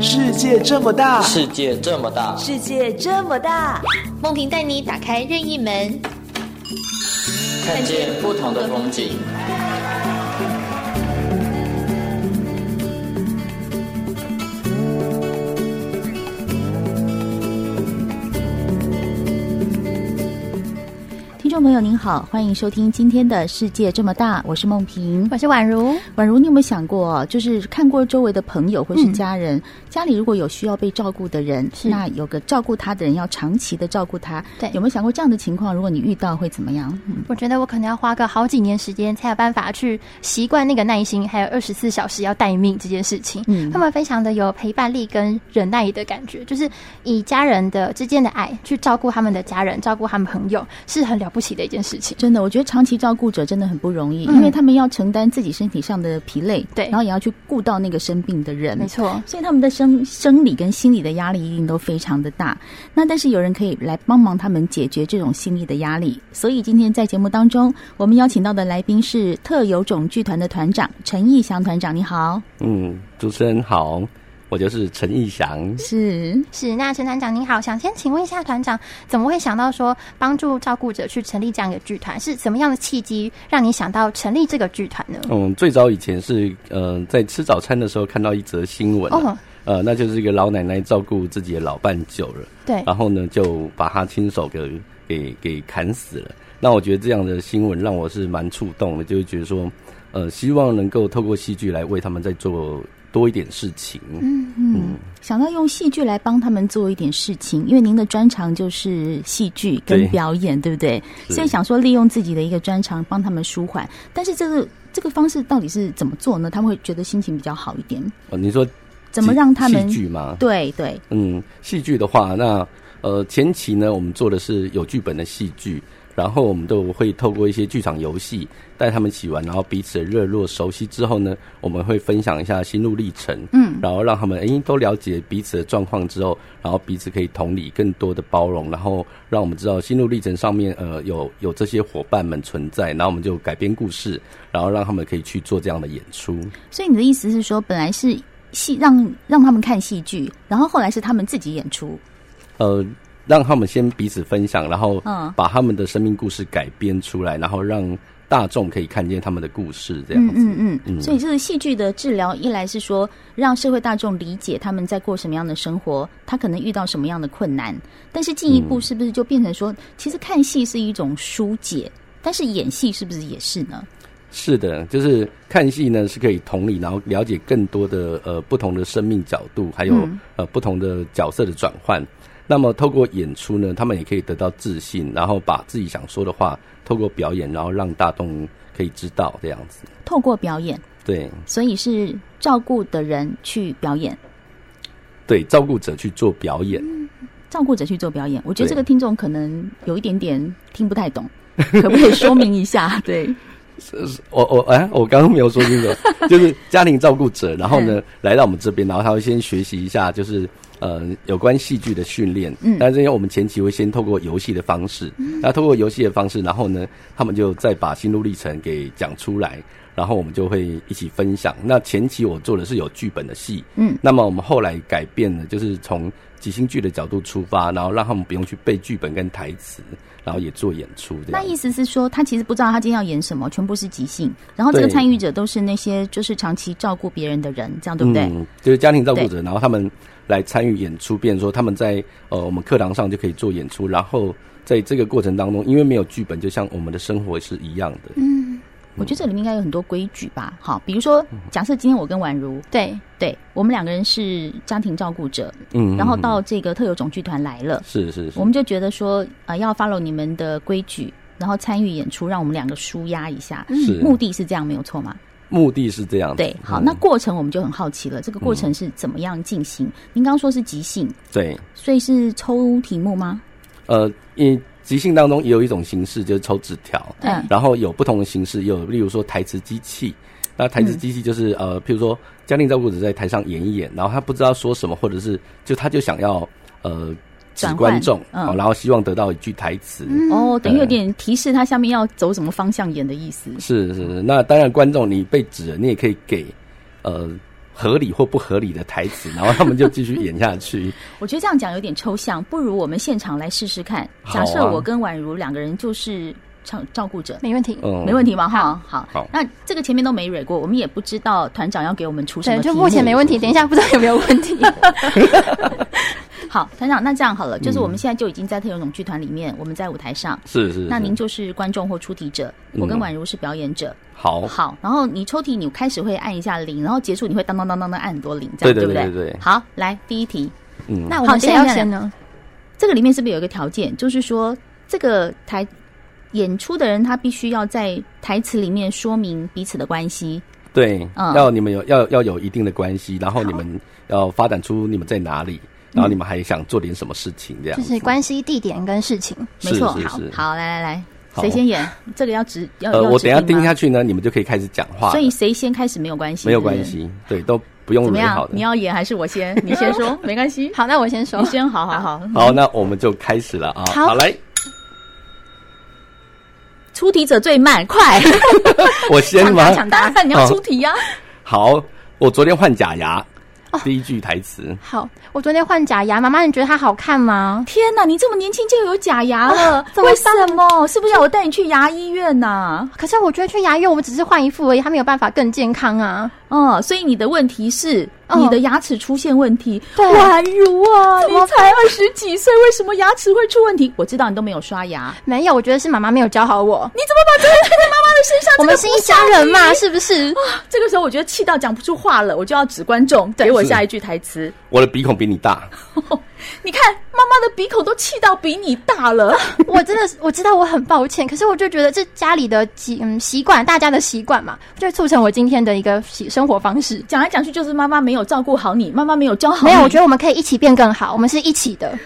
世界这么大，世界这么大，世界这么大，梦婷带你打开任意门，看见不同的风景。听众朋友您好，欢迎收听今天的《世界这么大》，我是梦萍。我是宛如，宛如，你有没有想过，就是看过周围的朋友或是家人，家里如果有需要被照顾的人，嗯是那有个照顾他的人要长期的照顾他，对有没有想过这样的情况？如果你遇到会怎么样？嗯我觉得我可能要花个好几年时间才有办法去习惯那个耐心，还有二十四小时要待命这件事情。嗯他们非常的有陪伴力跟忍耐的感觉，就是以家人的之间的爱去照顾他们的家人，照顾他们朋友，是很了不起的一件事情。真的，我觉得长期照顾者真的很不容易，嗯因为他们要承担自己身体上的疲累，对然后也要去顾到那个生病的人，没错，所以他们的生生理跟心理的压力一定都非常的大。那但是有人可以来帮忙他们解决这种心理的压力。所以今天在节目当中，我们邀请到的来宾是特有种剧团的团长陈义祥团长，你好，嗯，主持人好，我就是陈义祥。是是。那陈团长您好，想先请问一下团长，怎么会想到说帮助照顾者去成立这样一个剧团？是什么样的契机让你想到成立这个剧团呢？嗯，最早以前是呃，在吃早餐的时候看到一则新闻、啊，哦，呃，那就是一个老奶奶照顾自己的老伴久了，对，然后呢就把她亲手给给给砍死了。那我觉得这样的新闻让我是蛮触动的，就是觉得说，呃，希望能够透过戏剧来为他们再做多一点事情。嗯。嗯，想到用戏剧来帮他们做一点事情，因为您的专长就是戏剧跟对表演，对不对？是所以想说利用自己的一个专长帮他们舒缓，但是这个这个方式到底是怎么做呢？他们会觉得心情比较好一点，呃，你说怎么戏让他们戏剧吗？对对嗯，戏剧的话，那呃前期呢，我们做的是有剧本的戏剧，然后我们都会透过一些剧场游戏带他们一起玩，然后彼此的热络熟悉之后呢，我们会分享一下心路历程，嗯，然后让他们诶都了解彼此的状况之后，然后彼此可以同理更多的包容，然后让我们知道心路历程上面呃有有这些伙伴们存在，然后我们就改编故事，然后让他们可以去做这样的演出。所以你的意思是说，本来是戏让让他们看戏剧，然后后来是他们自己演出，呃，让他们先彼此分享，然后嗯把他们的生命故事改编出来，然后让大众可以看见他们的故事，这样子。嗯嗯嗯。嗯所以这个戏剧的治疗，一来是说让社会大众理解他们在过什么样的生活，他可能遇到什么样的困难，但是进一步是不是就变成说，其实看戏是一种疏解，但是演戏是不是也是呢？是的，就是看戏呢是可以同理，然后了解更多的呃不同的生命角度，还有、嗯呃不同的角色的转换。那么透过演出呢，他们也可以得到自信，然后把自己想说的话透过表演，然后让大众可以知道这样子。透过表演，对所以是照顾的人去表演，对，照顾者去做表演。照顾者去做表演。我觉得对这个听众可能有一点点听不太懂，可不可以说明一下？ 对。我我哎，我刚刚没有说 清楚，就是家庭照顾者，然后嗯呢来到我们这边，然后他会先学习一下，就是呃有关戏剧的训练。嗯，但是因为我们前期会先透过游戏的方式，嗯那透过游戏的方式，然后呢他们就再把心路历程给讲出来，然后我们就会一起分享。那前期我做的是有剧本的戏，嗯，那么我们后来改变了，就是从即兴剧的角度出发，然后让他们不用去背剧本跟台词，然后也做演出这样那。意思是说，他其实不知道他今天要演什么，全部是即兴。然后这个对参与者都是那些就是长期照顾别人的人，这样对不对？嗯、就是家庭照顾者，然后他们来参与演出，变成说他们在呃我们课堂上就可以做演出，然后在这个过程当中，因为没有剧本，就像我们的生活是一样的。嗯我觉得这里面应该有很多规矩吧。好，比如说，嗯假设今天我跟宛如，对，对我们两个人是家庭照顾者，嗯然后到这个特有种剧团来了，是是是我，们就觉得说，呃，要 follow 你们的规矩，然后参与演出，让我们两个舒压一下。嗯是目的是这样没有错吗？目的是这样子。对，好，嗯那过程我们就很好奇了，这个过程是怎么样进嗯行？您刚刚说是即兴，对所以是抽题目吗？呃，因为即兴当中也有一种形式就是抽纸条，嗯然后有不同的形式，也有例如说台词机器。那台词嗯机器就是、呃，譬如说家庭照顾者在台上演一演，然后他不知道说什么，或者是就他就想要呃指转换观众、嗯哦然后希望得到一句台词。哦，等于有呃点提示他下面要走什么方向演的意思。是是是，那当然观众你被指了，你也可以给呃合理或不合理的台词，然后他们就继续演 下去。我觉得这样讲有点抽象，不如我们现场来试试看。好假啊设我跟宛如两个人就是照照顾者，没问题。嗯，没问题吗？哈，好，好那这个前面都没蕊过，我们也不知道团长要给我们出什对，么就目前没题问题。等一下不知道有没有问题。目。 好，团长，那这样好了，就是我们现在就已经在特有种剧团里面，我们在舞台上。是，是是。那您就是观众或出题者，嗯我跟宛如是表演者。好，好，然后你抽题，你开始会按一下铃，然后结束你会当当当当当按很多铃，这样对不对对？对对对好，来第一题，嗯，那我们谁要先呢？这个里面是不是有一个条件，就是说这个台演出的人他必须要在台词里面说明彼此的关系？对，嗯要你们有要要有一定的关系，然后你们要发展出你们在哪里，嗯然后你们还想做点什么事情，这样就子是关系地点跟事情。没错，是是好是，好，来来来，好谁先演？这个要指要呃，要我指等一下定定吗下去呢，你们就可以开始讲话了，所以谁先开始没有关系，没有是不是关。系，对，都不用怎么蕊样好？的你。要演还是我 先？你先说，没关系。好，那我先说你。先，好好好。好，那我们就开始了啊！好好，来，出题者最慢，快！我 先吗？抢答， 你要好出题呀。啊好，我昨天换假牙，哦第一句台词。好，我昨天换假牙，妈妈，你觉得它好看吗？天哪，你这么年轻就有假牙了，啊 怎么为什么？是不是要我带你去牙医院啊呐？可是我觉得去牙医院，我们只是换一副而已，它没有办法更健康啊。嗯，所以你的问题是哦你的牙齿出现问题，对宛如啊，怎你么才二十几岁，为什么牙齿会出问题？我知道你都没有刷牙，没有，我觉得是妈妈没有教好我。你怎么把责任推在妈妈的身上？我们这是个一不家人嘛，是不是？啊这个时候我觉得气到讲不出话了，我就要指观众给我下一句台词。我的鼻孔比你大，你看妈妈的鼻孔都气到比你大 了， 我真的是我知道我很抱歉，可是我就觉得这家里的习嗯习惯，大家的习惯嘛，就促成我今天的一个习生活方式。讲来讲去就是妈妈没有照顾好你，妈妈没有教好你。没有，我觉得我们可以一起变更好，我们是一起的。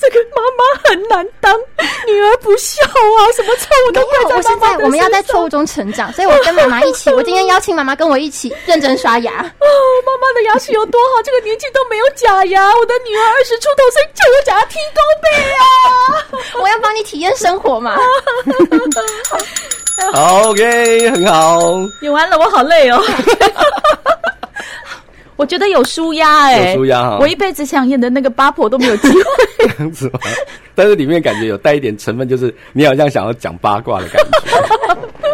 这个妈妈很难当，女儿不孝啊，什么错我都没有，我怪是在妈妈在的我们要在身上错误中成长，所以我跟妈妈一起，我今天邀请妈妈跟我一起认真刷牙。哦，妈妈的牙齿有多好，这个年纪都没有假牙，我的女儿二十出头岁就有假牙提高背啊！ 我要帮你体验生活嘛。好，OK，很好， 演完了，我好累 哦。我觉得有舒压哎、有舒压哈我一辈子想演的那个八婆都没有机会。 这样子吗？但是里面感觉有带一点成分，就是你好像想要讲八卦的感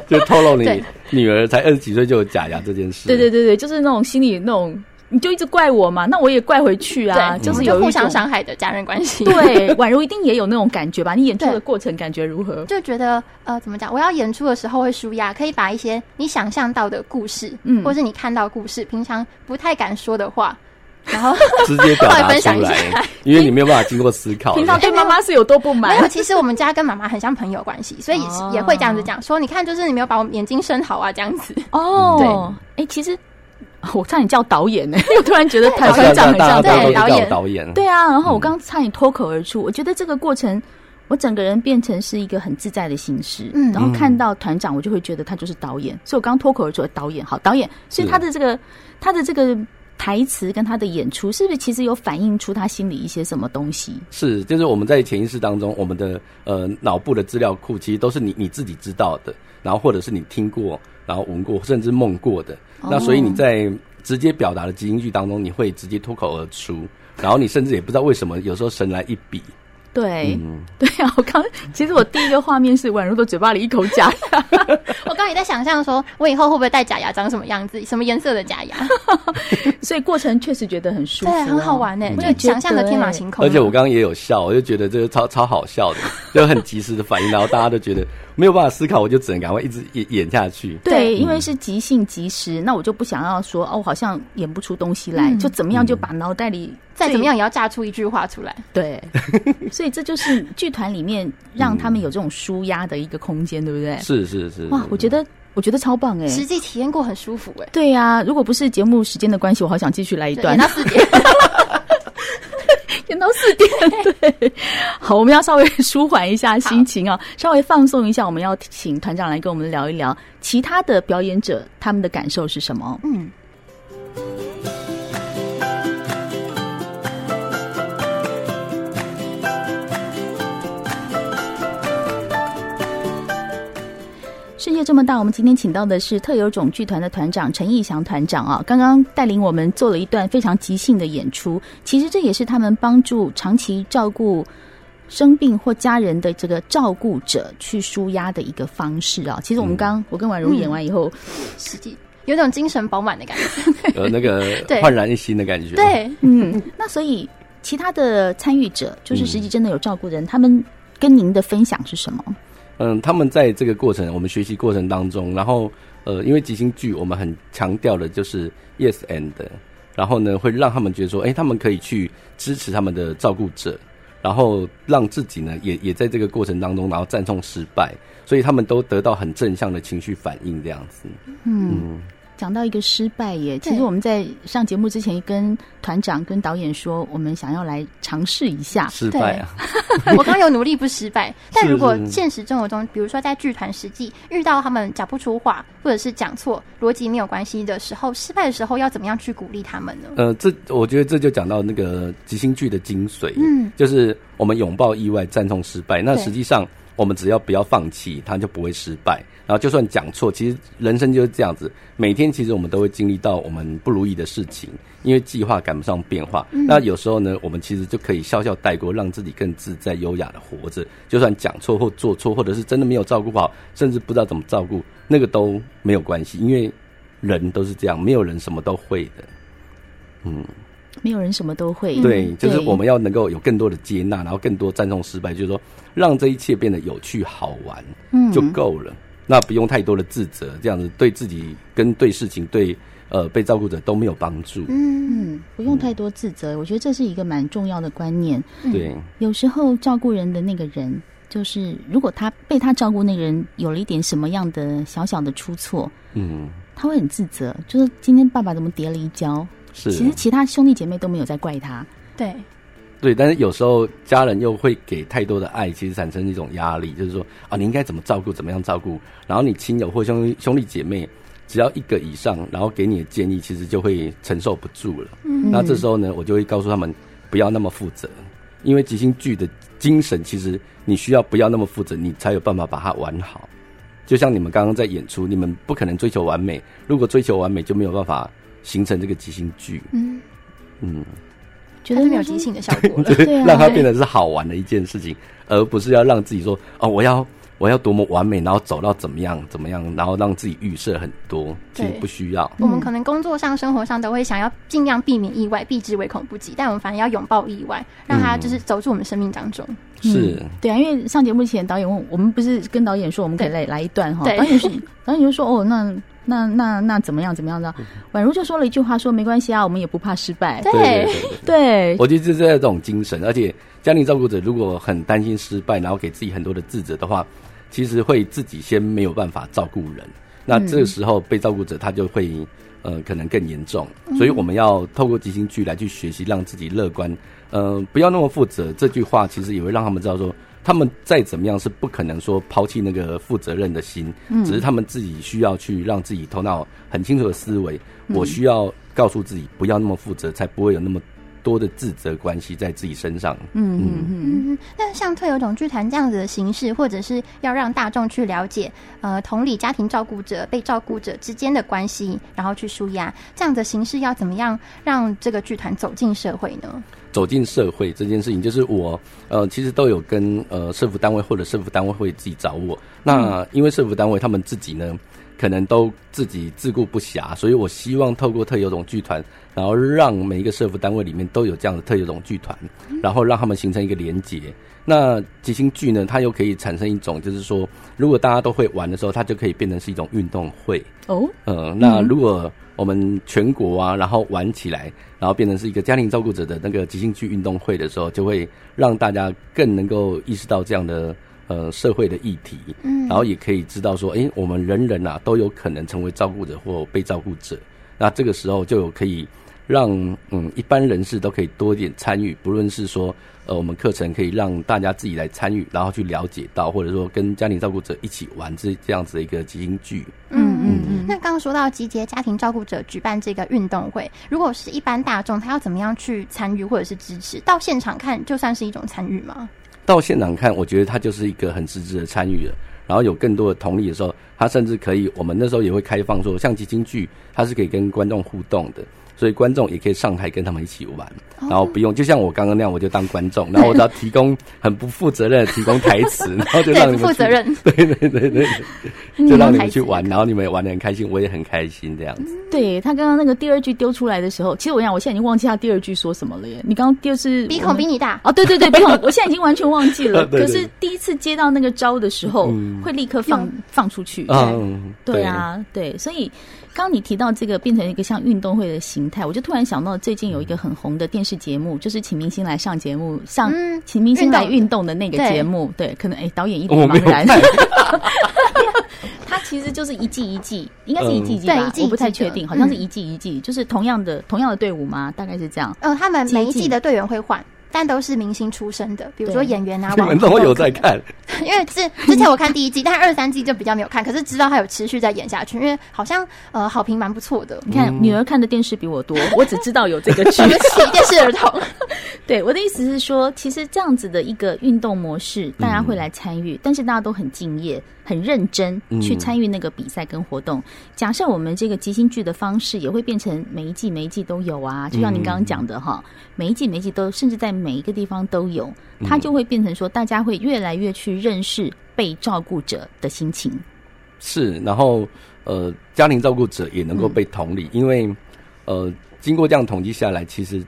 觉，就透露你对女儿才二十几岁就有假牙这件事。对对对对，就是那种心里那种，你就一直怪我嘛，那我也怪回去啊，对，就是我有们一互相种伤害的家人关系。，对，宛如一定也有那种感觉吧？你演出的对过程感觉如何？就觉得呃，怎么讲？我要演出的时候会舒压，可以把一些你想象到的故事，嗯或是你看到的故事，平常不太敢说的话，然后直接表达分出享一下来，因为你没有办法经过思考。 平常对妈妈是有多不没满有。？其实我们家跟妈妈很像朋友关系，所以也是哦也会这样子讲说，你看，就是你没有把我眼睛伸好啊，这样子。 哦，哎、其实啊我差点叫导演呢、 我突然觉得团大团家长很啊大像家大家导对都知演。道导演导演，对啊，然后我刚刚差点脱口而出，我觉得这个过程。我整个人变成是一个很自在的形式，嗯然后看到团长，我就会觉得他就是导演，所以我刚刚脱口而出导演，好导演，所以他的这个他的这个台词跟他的演出，是不是其实有反映出他心里一些什么东西？是，就是我们在潜意识当中，我们的呃脑部的资料库其实都是你你自己知道的，然后或者是你听过，然后闻过，甚至梦过的。那所以哦你在直接表达的即兴剧当中，你会直接脱口而出，然后你甚至也不知道为什么，有时候神来一笔，对，嗯， 对啊，我刚其实我第一个画面是宛如的嘴巴里一口假牙，我刚刚也在想象说，我以后会不会戴假牙，长什么样子，什么颜色的假牙？所以过程确实觉得很舒服、哦对，很好。玩呢、我也就觉得想象的天马行空。啊而且我刚刚也有笑，我就觉得这个超超好笑的，就很及时的反应，然后大家都觉得没有办法思考，我就只能赶快一直演演下去。对，对因为是即兴即时，那我就不想要说哦，我好像演不出东西来，就怎么样就把脑袋里再最怎么样也要炸出一句话出来。 对，所以这就是剧团里面让他们有这种舒压的一个空间，对不对？是是是，哇，我觉得我觉得超棒哎、实际体验过很舒服哎、对呀、如果不是节目时间的关系，我好想继续来一对段演，到四点，演到四点。 对，好，我们要稍微舒缓一下心情啊，稍微放松一下。我们要请团长来跟我们聊一聊其他的表演者他们的感受是什么。嗯，是世界这么大，我们今天请到的是特有种剧团的团长陈义祥团长啊，刚刚带领我们做了一段非常即兴的演出。其实这也是他们帮助长期照顾生病或家人的这个照顾者去舒压的一个方式啊。其实我们刚、我跟婉如演完以后，实际有种精神饱满的感觉。有 那个对焕然一新的感觉。，对，嗯，那所以其他的参与者，就是实际真的有照顾人，他们跟您的分享是什么？嗯，他们在这个过程，我们学习过程当中，然后呃，因为即兴剧我们很强调的就是 yes and，然后呢，会让他们觉得说，哎、他们可以去支持他们的照顾者，然后让自己呢也也在这个过程当中，然后战胜失败，所以他们都得到很正向的情绪反应，这样子。嗯，讲到一个失败耶，对其实我们在上节目之前跟团长、跟导演说，我们想要来尝试一下。失败啊，我刚刚有努力不失败，但是如果是现实生活中，比如说在剧团实际遇到他们讲不出话，或者是讲错逻辑没有关系的时候，失败的时候要怎么样去鼓励他们呢？呃，这我觉得这就讲到那个即兴剧的精髓，嗯，就是我们拥抱意外，战胜失败。那对实际上，我们只要不要放弃，它就不会失败。然后就算讲错，其实人生就是这样子，每天其实我们都会经历到我们不如意的事情，因为计划赶不上变化。嗯那有时候呢，我们其实就可以笑笑带过，让自己更自在、优雅的活着。就算讲错或做错，或者是真的没有照顾好，甚至不知道怎么照顾，那个都没有关系，因为人都是这样，没有人什么都会的。没有人什么都会，嗯对，就是对我们要能够有更多的接纳，然后更多赞颂失败，就是说让这一切变得有趣好玩，嗯，就够了。那不用太多的自责，这样子对自己跟对事情、对呃被照顾者都没有帮助。嗯，嗯，不用太多自责，我觉得这是一个蛮重要的观念。对，有时候照顾人的那个人，就是如果他被他照顾那个人有了一点什么样的小小的出错，嗯，他会很自责，就是今天爸爸怎么跌了一跤，是。其实其他兄弟姐妹都没有在怪他。对，对，但是有时候家人又会给太多的爱，其实产生一种压力，就是说啊，你应该怎么照顾，怎么样照顾。然后你亲友或兄兄弟姐妹，只要一个以上，然后给你的建议，其实就会承受不住了。嗯，那这时候呢，我就会告诉他们不要那么负责，因为即兴剧的精神，其实你需要不要那么负责，你才有办法把它玩好。就像你们刚刚在演出，你们不可能追求完美，如果追求完美，就没有办法形成这个即兴剧。嗯，嗯。觉得它就没有那即种兴的效 果了。对啊让它变得是好玩的一件事情，而不是要让自己说哦，我要我要多么完美，然后走到怎么样怎么样，然后让自己预设很多，其实对嗯不需要。我们可能工作上、生活上都会想要尽量避免意外，避之唯恐不及。但我们反而要拥抱意外，让它就是走入我们生命当中。是，对啊，因为上节目之前，导演问我我们不是跟导演说我们可以来来一段哈，对导哦 演是导演就说哦，那那那那怎么样怎么样的？宛如就说了一句话说没关系啊，我们也不怕失败。对对对对。对，我觉得这是这种精神，而且家庭照顾者如果很担心失败，然后给自己很多的自责的话，其实会自己先没有办法照顾人。那这个时候被照顾者他就会呃可能更严重，所以我们要透过即兴剧来去学习，让自己乐观，呃不要那么负责。这句话其实也会让他们知道说，他们再怎么样是不可能说抛弃那个负责任的心，嗯只是他们自己需要去让自己头脑很清楚的思维，嗯我需要告诉自己不要那么负责，才不会有那么多的自责关系在自己身上。嗯嗯嗯，嗯，那像特有种剧团这样子的形式，或者是要让大众去了解，呃，同理家庭照顾者、被照顾者之间的关系，然后去舒压，这样的形式要怎么样让这个剧团走进社会呢？走进社会这件事情，就是我呃，其实都有跟呃社服单位或者社服单位会自己找我。那因为社服单位他们自己呢，可能都自己自顾不暇，所以我希望透过特有种剧团，然后让每一个社服单位里面都有这样的特有种剧团，然后让他们形成一个连结。那即兴剧呢，它又可以产生一种，就是说，如果大家都会玩的时候，它就可以变成是一种运动会。哦，呃，那如果我们全国啊，然后玩起来，然后变成是一个家庭照顾者的那个即兴剧运动会的时候，就会让大家更能够意识到这样的呃社会的议题，嗯，然后也可以知道说，诶，我们人人啊都有可能成为照顾者或被照顾者，那这个时候就有可以让嗯一般人士都可以多一点参与，不论是说呃我们课程可以让大家自己来参与，然后去了解到，或者说跟家庭照顾者一起玩这这样子的一个即兴剧，嗯嗯嗯。那刚刚说到集结家庭照顾者举办这个运动会，如果是一般大众，他要怎么样去参与或者是支持？到现场看就算是一种参与吗？到现场看，我觉得他就是一个很实质的参与了。然后有更多的同理的时候，他甚至可以，我们那时候也会开放说，像即兴剧，它是可以跟观众互动的。所以观众也可以上台跟他们一起玩，然后不用就像我刚刚那样，我就当观众，然后我只要提供很不负责任的提供台词，然后就让对，你们不负去责，任。对对对对，对就让你们去嗯玩，然后你们也玩的很开心，我也很开心这样子。对他刚刚那个第二句丢出来的时候，其实我想我现在已经忘记他第二句说什么了耶。你刚刚第二次鼻孔比你大，哦，对对对，鼻孔， 我现在已经完全忘记了。 对对可是第一次接到那个招的时候，会立刻放放出去。嗯，对，啊，对，所以刚刚你提到这个变成一个像运动会的形态，我就突然想到最近有一个很红的电视节目，就是请明星来上节目，上嗯请明星来运动运动的的那个对节目，对，可能哎，导演一我脸没有茫然看。 它其实就是一季一季，应该是一季一季嗯对吧一，季一季我不太的确定，好像是嗯一季一季，就是同样的同样的队伍吗？大概是这样。呃，他们每一接季近的队员会换。但都是明星出身的，比如说对演员啊， 你网们红都都有可在能看，因为之之前我看第一季，但二三季就比较没有看，可是知道他有持续在演下去，因为好像呃好评蛮不错的。你看，女儿看的电视比我多， 我只知道有这个 剧对。不起，电视儿童。 对，我的意思是说，其实这样子的一个运动模式，大家会来参与，但是大家都很敬业、很认真嗯去参与那个比赛跟活动。假设我们这个即兴剧的方式，也会变成每一季每一季都有啊，就像您刚刚讲的哈，每一季每一季都，甚至在每一个地方都有，它就会变成说，大家会越来越去认识被照顾者的心情。是，然后呃，家庭照顾者也能够被同理，嗯因为呃，经过这样统计下来，其实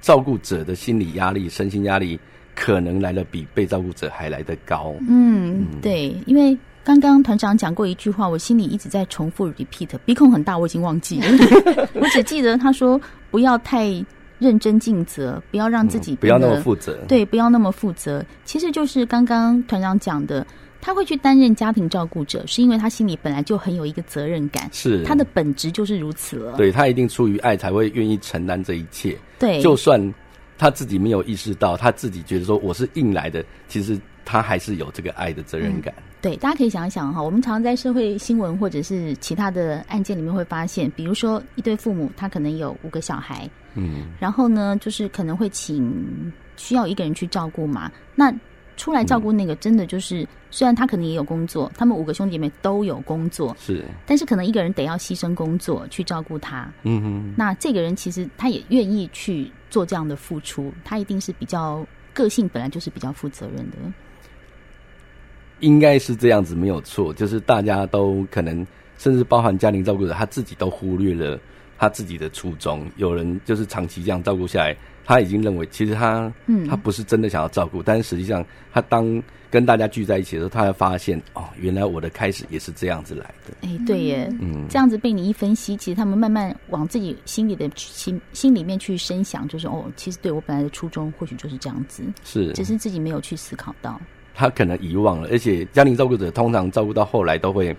照顾者的心理压力、身心压力，可能来的比被照顾者还来得高。嗯，对，因为刚刚团长讲过一句话，我心里一直在重复 repeat，鼻孔很大，我已经忘记 了，我只记得他说不要太认真尽责，不要让自己、嗯不要那么负责。，对，不要那么负责，其实就是刚刚团长讲的。他会去担任家庭照顾者，是因为他心里本来就很有一个责任感，是他的本质就是如此了。对他一定出于爱才会愿意承担这一切，对，就算他自己没有意识到，他自己觉得说我是硬来的，其实他还是有这个爱的责嗯任感。对，大家可以想一想哈，我们常常在社会新闻或者是其他的案件里面会发现，比如说一对父母，他可能有五个小孩，嗯，然后呢，就是可能会请需要一个人去照顾嘛。那出来照顾那个，真的就是、虽然他可能也有工作，他们五个兄弟姐妹都有工作，是，但是可能一个人得要牺牲工作去照顾他。嗯哼，那这个人其实他也愿意去做这样的付出，他一定是比较个性本来就是比较负责任的。应该是这样子，没有错。就是大家都可能，甚至包含家庭照顾者，他自己都忽略了他自己的初衷。有人就是长期这样照顾下来，他已经认为其实他，嗯他不是真的想要照顾，但是实际上他当跟大家聚在一起的时候，他才发现哦，原来我的开始也是这样子来的。哎，对耶，嗯这样子被你一分析，其实他们慢慢往自己心里的心心里面去深想，就是哦，其实对我本来的初衷或许就是这样子，是，只是自己没有去思考到。他可能遗忘了，而且家庭照顾者通常照顾到后来都会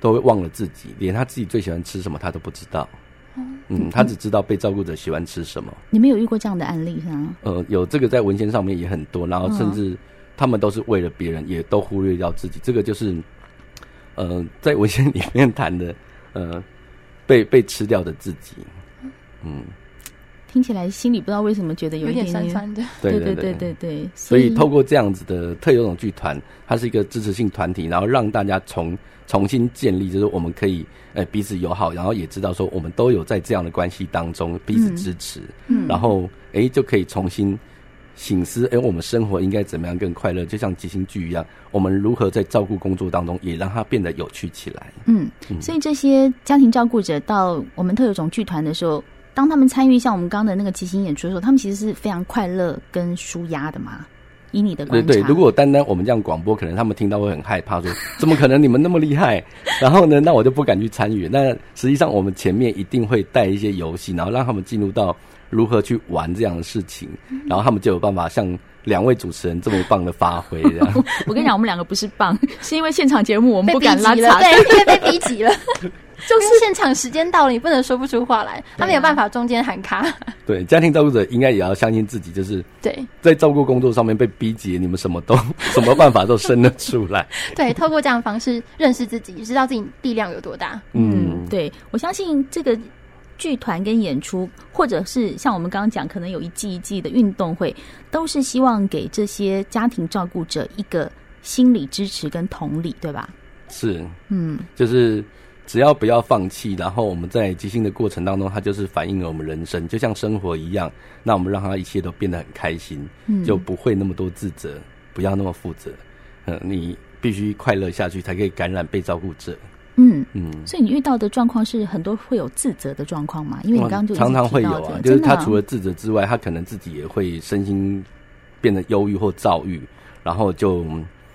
都会忘了自己，连他自己最喜欢吃什么他都不知道。哦嗯，他只知道被照顾者喜欢吃什么。你们有遇过这样的案例是吗？呃，有这个在文献上面也很多，然后甚至他们都是为了别人，也都忽略掉自己。这个就是，呃，在文献里面谈的，呃，被被吃掉的自己。嗯，听起来心里不知道为什么觉得有有一点点酸酸的。对对对对对对，所以透过这样子的特有种剧团，它是一个支持性团体，然后让大家重重新建立，就是我们可以呃彼此友好，然后也知道说我们都有在这样的关系当中彼此支持，嗯然后诶就可以重新醒思，诶我们生活应该怎么样更快乐？就像即兴剧一样，我们如何在照顾工作当中也让它变得有趣起来？嗯，所以这些家庭照顾者到我们特有种剧团的时候，当他们参与像我们刚刚的那个即兴演出的时候，他们其实是非常快乐跟舒压的嘛。以你的观对察，对，如果单单我们这样广播，可能他们听到会很害 怕说怎么可能你们那么厉害？然后呢，那我就不敢去参与。那实际上，我们前面一定会带一些游戏，然后让他们进入到如何去玩这样的事情，嗯然后他们就有办法像两位主持人这么棒的发挥。啊这样我跟你讲，我们两个不是棒， 是因为现场节目我们被不逼敢拉急了，碴。 对，因为被逼急 了，就是啊现场时间到了，你不能说不出话来，他没有办法中间喊卡。对，家庭照顾者应该也要相信自己，就是对在照顾工作上面被逼急，你们什么都 什么办法都生得出来。 对，透过这样的方式认识自己，知道自己力量有多大。嗯，对，我相信这个剧团跟演出，或者是像我们刚刚讲，可能有一季一季的运动会，都是希望给这些家庭照顾者一个心理支持跟同理，对吧？是，嗯，就是只要不要放弃，然后我们在即兴的过程当中，它就是反映了我们人生，就像生活一样。那我们让它一切都变得很开心，嗯就不会那么多自责，不要那么负责。嗯，你必须快乐下去，才可以感染被照顾者。嗯，嗯，所以你遇到的状况是很多会有自责的状况嘛？因为你刚刚就已经常常提会有到啊这，就真是的他啊除了自责之外，他可能自己也会身心变得忧郁或躁郁，然后就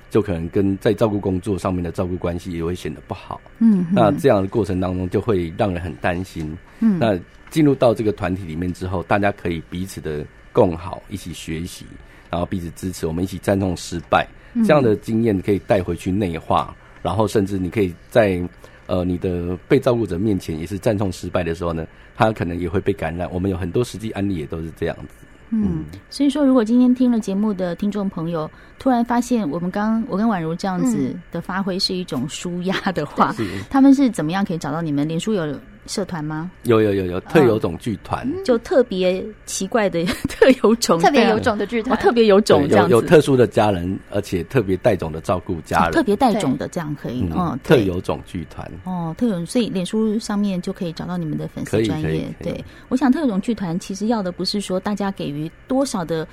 就可能跟在照顾工作上面的照顾关系也会显得不好。嗯哼那这样的过程当中，就会让人很担心。嗯那进入到这个团体里面之后，大家可以彼此的共好，一起学习，然后彼此支持，我们一起战胜失败。这样的经验可以带回去内化，然后甚至你可以在呃你的被照顾者面前也是战胜失败的时候呢，他可能也会被感染。我们有很多实际案例也都是这样子。嗯，所以说，如果今天听了节目的听众朋友，突然发现我们刚我跟宛如这样子的发挥是一种舒压的话，他们是怎么样可以找到你们？脸书有社团吗？有有有有特有种剧团。就特别奇怪 的特有种，特别有种的剧哦，团，特别有种对这样有子，有特殊的家人，而且特别带种的照顾家哦人，特别带种的这样可以，嗯，特对有种剧团，哦，特种，所以脸书上面就可以找到你们的粉丝嗯可以专可以业。可以对，我想特种剧团其实要的不是说大家给予多少的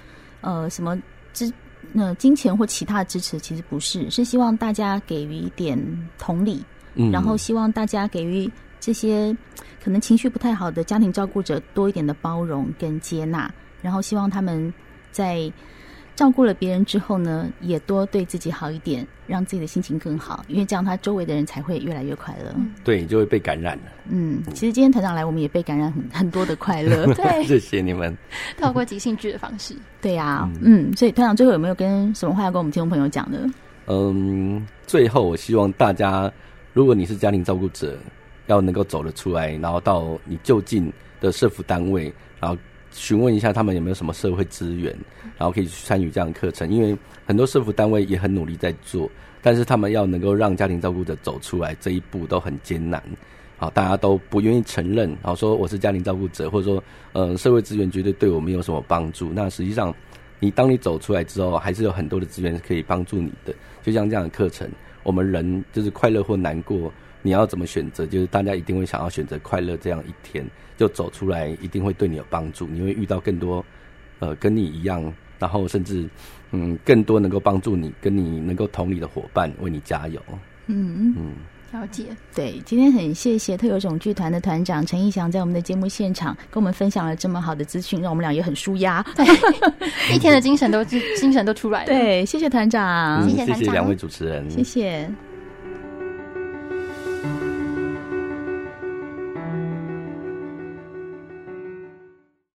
呃什么支呃金钱或其他的支持，其实不是，是希望大家给予一点同理，嗯然后希望大家给予这些可能情绪不太好的家庭照顾者多一点的包容跟接纳，然后希望他们在照顾了别人之后呢，也多对自己好一点，让自己的心情更好，因为这样他周围的人才会越来越快乐。对，就会被感染了。嗯，其实今天台长来，我们也被感染很很多的快乐。对， 谢谢你们。透过即兴剧的方式，对呀、嗯，所以团长最后有没有跟什么话要跟我们听众朋友讲的？嗯，最后我希望大家，如果你是家庭照顾者，要能够走得出来，然后到你就近的社服单位，然后询问一下他们有没有什么社会资源，然后可以去参与这样的课程。因为很多社服单位也很努力在做，但是他们要能够让家庭照顾者走出来这一步都很艰难。好，大家都不愿意承认，然后说我是家庭照顾者，或者说，呃，社会资源绝对对我没有什么帮助。那实际上，你当你走出来之后，还是有很多的资源是可以帮助你的。就像这样的课程，我们人就是快乐或难过，你要怎么选择？就是大家一定会想要选择快乐这样一天，就走出来，一定会对你有帮助。你会遇到更多，呃，跟你一样，然后甚至嗯，更多能够帮助你、跟你能够同理的伙伴为你加油。嗯，嗯，了解。对，今天很谢谢特有种剧团的团长陈义祥在我们的节目现场跟我们分享了这么好的资讯，让我们俩也很舒压。 嗯 对，一天的精神都精神都出来了。对，谢谢团长，嗯谢谢谢团谢长两位主持人，谢谢。